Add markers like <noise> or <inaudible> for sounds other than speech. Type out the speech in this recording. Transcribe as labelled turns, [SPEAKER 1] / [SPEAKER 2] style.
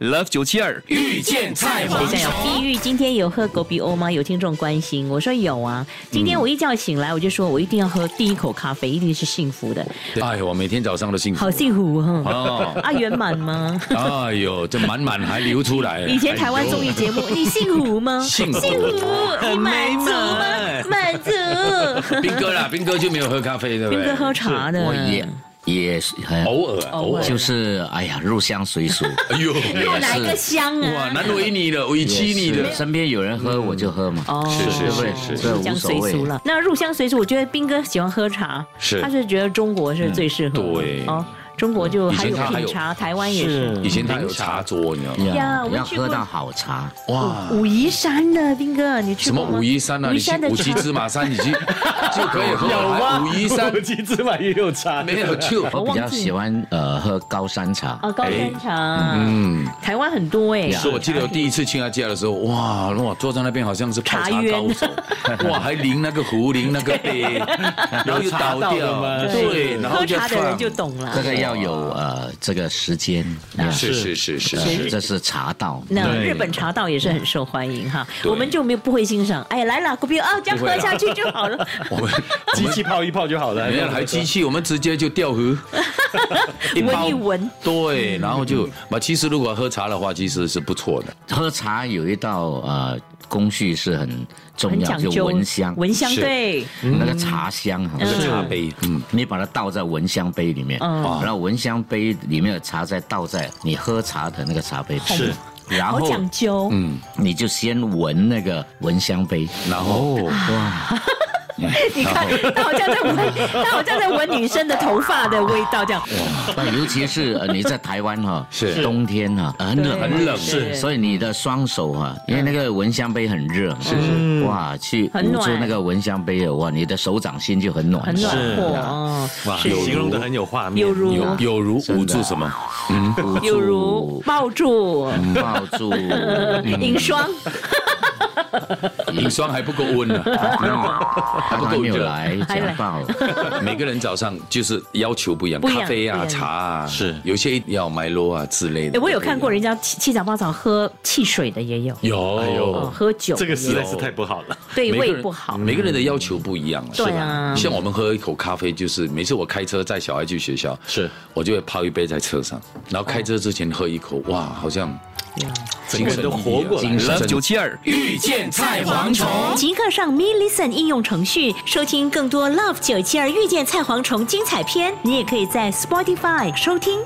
[SPEAKER 1] Love 九七二
[SPEAKER 2] 遇见菜
[SPEAKER 3] 等
[SPEAKER 2] 黄
[SPEAKER 3] 一下，
[SPEAKER 2] 虫。
[SPEAKER 3] 碧玉今天有喝狗比欧吗？有听众关心，我说有啊。今天我一觉醒来，我就说我一定要喝第一口咖啡，一定是幸福的，
[SPEAKER 1] 哎呦，我每天早上都幸福
[SPEAKER 3] 好。幸福哈、
[SPEAKER 1] 哦
[SPEAKER 3] 啊，圆满吗？
[SPEAKER 1] 哎呦，这满满还流出来。哎
[SPEAKER 3] 以前台湾综艺节目，你幸福吗？
[SPEAKER 1] 幸福
[SPEAKER 3] 你满足吗？满足。
[SPEAKER 1] 哎呦兵哥啦，兵哥就没有喝咖啡，对不
[SPEAKER 3] 斌
[SPEAKER 1] 对？
[SPEAKER 3] 哥喝茶的，
[SPEAKER 4] 我也也是很
[SPEAKER 1] 偶尔啊，偶尔。
[SPEAKER 4] 就是哎呀，入乡随俗，
[SPEAKER 1] 哎呦，
[SPEAKER 3] 又来个香
[SPEAKER 1] 哇，
[SPEAKER 3] 啊！
[SPEAKER 1] 难为你了，委屈你
[SPEAKER 4] 也
[SPEAKER 1] 了
[SPEAKER 4] 是。身边有人喝我就喝嘛，
[SPEAKER 3] 哦
[SPEAKER 1] 是是
[SPEAKER 4] 对不对？
[SPEAKER 1] 是是
[SPEAKER 4] 这
[SPEAKER 3] 入乡
[SPEAKER 4] 无所
[SPEAKER 3] 随
[SPEAKER 4] 谓
[SPEAKER 3] 俗。了。那入乡随俗，我觉得斌哥喜欢喝茶，
[SPEAKER 1] 是
[SPEAKER 3] 他是觉得中国是最适合的、
[SPEAKER 1] 嗯对
[SPEAKER 3] 哦。中国就
[SPEAKER 1] 以
[SPEAKER 3] 还
[SPEAKER 1] 前
[SPEAKER 3] 有
[SPEAKER 1] 他还有
[SPEAKER 3] 品茶，台湾也是。
[SPEAKER 1] 以前他有茶桌，你知道吗？
[SPEAKER 3] 呀
[SPEAKER 4] 呀，
[SPEAKER 3] 我
[SPEAKER 4] 要
[SPEAKER 3] 去过
[SPEAKER 4] 喝到好茶，
[SPEAKER 1] 哇，
[SPEAKER 3] 武夷山呢，斌哥，你去
[SPEAKER 1] 什么
[SPEAKER 3] 过吗
[SPEAKER 1] 武夷山啊？
[SPEAKER 3] 武夷
[SPEAKER 1] 你去
[SPEAKER 3] 山的
[SPEAKER 1] 五级
[SPEAKER 3] 茶
[SPEAKER 1] 芝麻山，你去就
[SPEAKER 5] <laughs>
[SPEAKER 1] 可以喝。武夷山
[SPEAKER 5] 我其实买也有差。
[SPEAKER 1] 没有就
[SPEAKER 4] 我比
[SPEAKER 3] 忘
[SPEAKER 4] 较
[SPEAKER 3] 记
[SPEAKER 4] 喜欢呃喝高山茶。
[SPEAKER 3] 哦，高山茶，嗯，台湾很多哎，
[SPEAKER 1] 是我记得我第一次去他家的时候，哇，哇，坐在那边好像是泡茶
[SPEAKER 3] 茶园
[SPEAKER 1] 高手， <laughs> 哇，还淋那个壶，淋那个杯，然后又倒
[SPEAKER 5] 道
[SPEAKER 1] 掉
[SPEAKER 5] 的吗，
[SPEAKER 1] 对，然后
[SPEAKER 3] 喝
[SPEAKER 1] 就
[SPEAKER 3] 茶的人
[SPEAKER 1] 放
[SPEAKER 3] 就懂了啊
[SPEAKER 4] 这。个要有呃这个时间，
[SPEAKER 1] 嗯是是是是
[SPEAKER 4] 呃
[SPEAKER 1] 是，
[SPEAKER 4] 这是茶道。
[SPEAKER 3] 那日本茶道也是很受欢迎哈，我们就没有不会欣赏。哎，来了，古比哦，这样
[SPEAKER 1] 不会
[SPEAKER 3] 喝
[SPEAKER 1] 啦
[SPEAKER 3] 下去就好了。
[SPEAKER 1] 我们
[SPEAKER 5] 机器泡一泡就好了。
[SPEAKER 1] 没有还机器，我们直接就掉
[SPEAKER 3] <laughs>
[SPEAKER 1] 壶，一
[SPEAKER 3] 闻
[SPEAKER 1] 包
[SPEAKER 3] 一闻，
[SPEAKER 1] 对，然后就，嘛，其实如果喝茶的话，其实是不错的，
[SPEAKER 4] 喝茶有一道呃工序是很重
[SPEAKER 3] 很
[SPEAKER 4] 要，
[SPEAKER 3] 讲
[SPEAKER 4] 就
[SPEAKER 3] 究
[SPEAKER 4] 闻香，
[SPEAKER 3] 闻香
[SPEAKER 1] 是
[SPEAKER 3] 对，
[SPEAKER 4] 那个茶香哈，
[SPEAKER 1] 这个茶杯，嗯，
[SPEAKER 4] 你把它倒在蚊香杯里面，
[SPEAKER 3] 嗯
[SPEAKER 4] 然后蚊香杯里面的茶再倒在你喝茶的那个茶杯，是，然
[SPEAKER 3] 好
[SPEAKER 4] 后
[SPEAKER 3] 哦
[SPEAKER 4] 嗯
[SPEAKER 3] 讲究。
[SPEAKER 4] 你就先闻那个蚊香杯，
[SPEAKER 1] 然后
[SPEAKER 3] 哦你看，他好像在闻，他好像在闻女生的头发的味道这样。
[SPEAKER 4] 那尤其是呃你在台湾哈，
[SPEAKER 1] 是
[SPEAKER 4] 冬天哈，呃很冷
[SPEAKER 3] 对
[SPEAKER 1] 很冷
[SPEAKER 3] 是
[SPEAKER 4] 所以你的双手哈，因为那个蚊香杯很热嘛，是
[SPEAKER 3] 嗯
[SPEAKER 4] 是，哇，去
[SPEAKER 3] 很
[SPEAKER 4] 捂住
[SPEAKER 3] 暖
[SPEAKER 4] 那个蚊香杯哇，你的手掌心就很暖，
[SPEAKER 3] 很暖和哦，是啊
[SPEAKER 5] 形容的很有啊画面，
[SPEAKER 3] 有如
[SPEAKER 1] 有有如捂住什么，
[SPEAKER 4] 捂住
[SPEAKER 3] 有如抱住
[SPEAKER 4] 抱
[SPEAKER 3] <laughs>
[SPEAKER 4] 住，嗯
[SPEAKER 3] 影霜，
[SPEAKER 1] 银霜还不够温呢，
[SPEAKER 3] <laughs>
[SPEAKER 4] 他嗯还没有来
[SPEAKER 3] 还来
[SPEAKER 4] 家暴。
[SPEAKER 3] <laughs>
[SPEAKER 1] 每个人早上就是要求不一样，
[SPEAKER 3] 不一样
[SPEAKER 1] 咖啡
[SPEAKER 3] 不
[SPEAKER 1] 啊、
[SPEAKER 3] 一样
[SPEAKER 1] 茶啊，
[SPEAKER 5] 是
[SPEAKER 1] 有些要买 o 啊之类
[SPEAKER 3] 哎，
[SPEAKER 1] 的。
[SPEAKER 3] 我有看过人家七七早八早喝汽水的也有，
[SPEAKER 1] 有，
[SPEAKER 3] 哦，
[SPEAKER 1] 有，
[SPEAKER 3] 喝酒
[SPEAKER 5] 这个
[SPEAKER 3] 的
[SPEAKER 5] 实在是太不好了。
[SPEAKER 3] 对
[SPEAKER 1] 哎每个
[SPEAKER 3] 胃
[SPEAKER 1] 人嗯
[SPEAKER 3] 不好。
[SPEAKER 5] 嗯
[SPEAKER 1] 每个人的要求不一样，是
[SPEAKER 3] 对啊
[SPEAKER 1] 吧？像我们喝一口咖啡，就是每次我开车载小孩去学校，
[SPEAKER 5] 是
[SPEAKER 1] 我就会泡一杯在车上，然后开车之前喝一口，哇，好像
[SPEAKER 3] 哦
[SPEAKER 5] 整
[SPEAKER 1] 精神
[SPEAKER 5] 个人都活过来了
[SPEAKER 1] 了。九七二
[SPEAKER 2] 遇见菜蝗虫，
[SPEAKER 3] 即刻上 Me Listen 应用程序收听更多 Love 九七二遇见菜蝗虫精彩片，你也可以在 Spotify 收听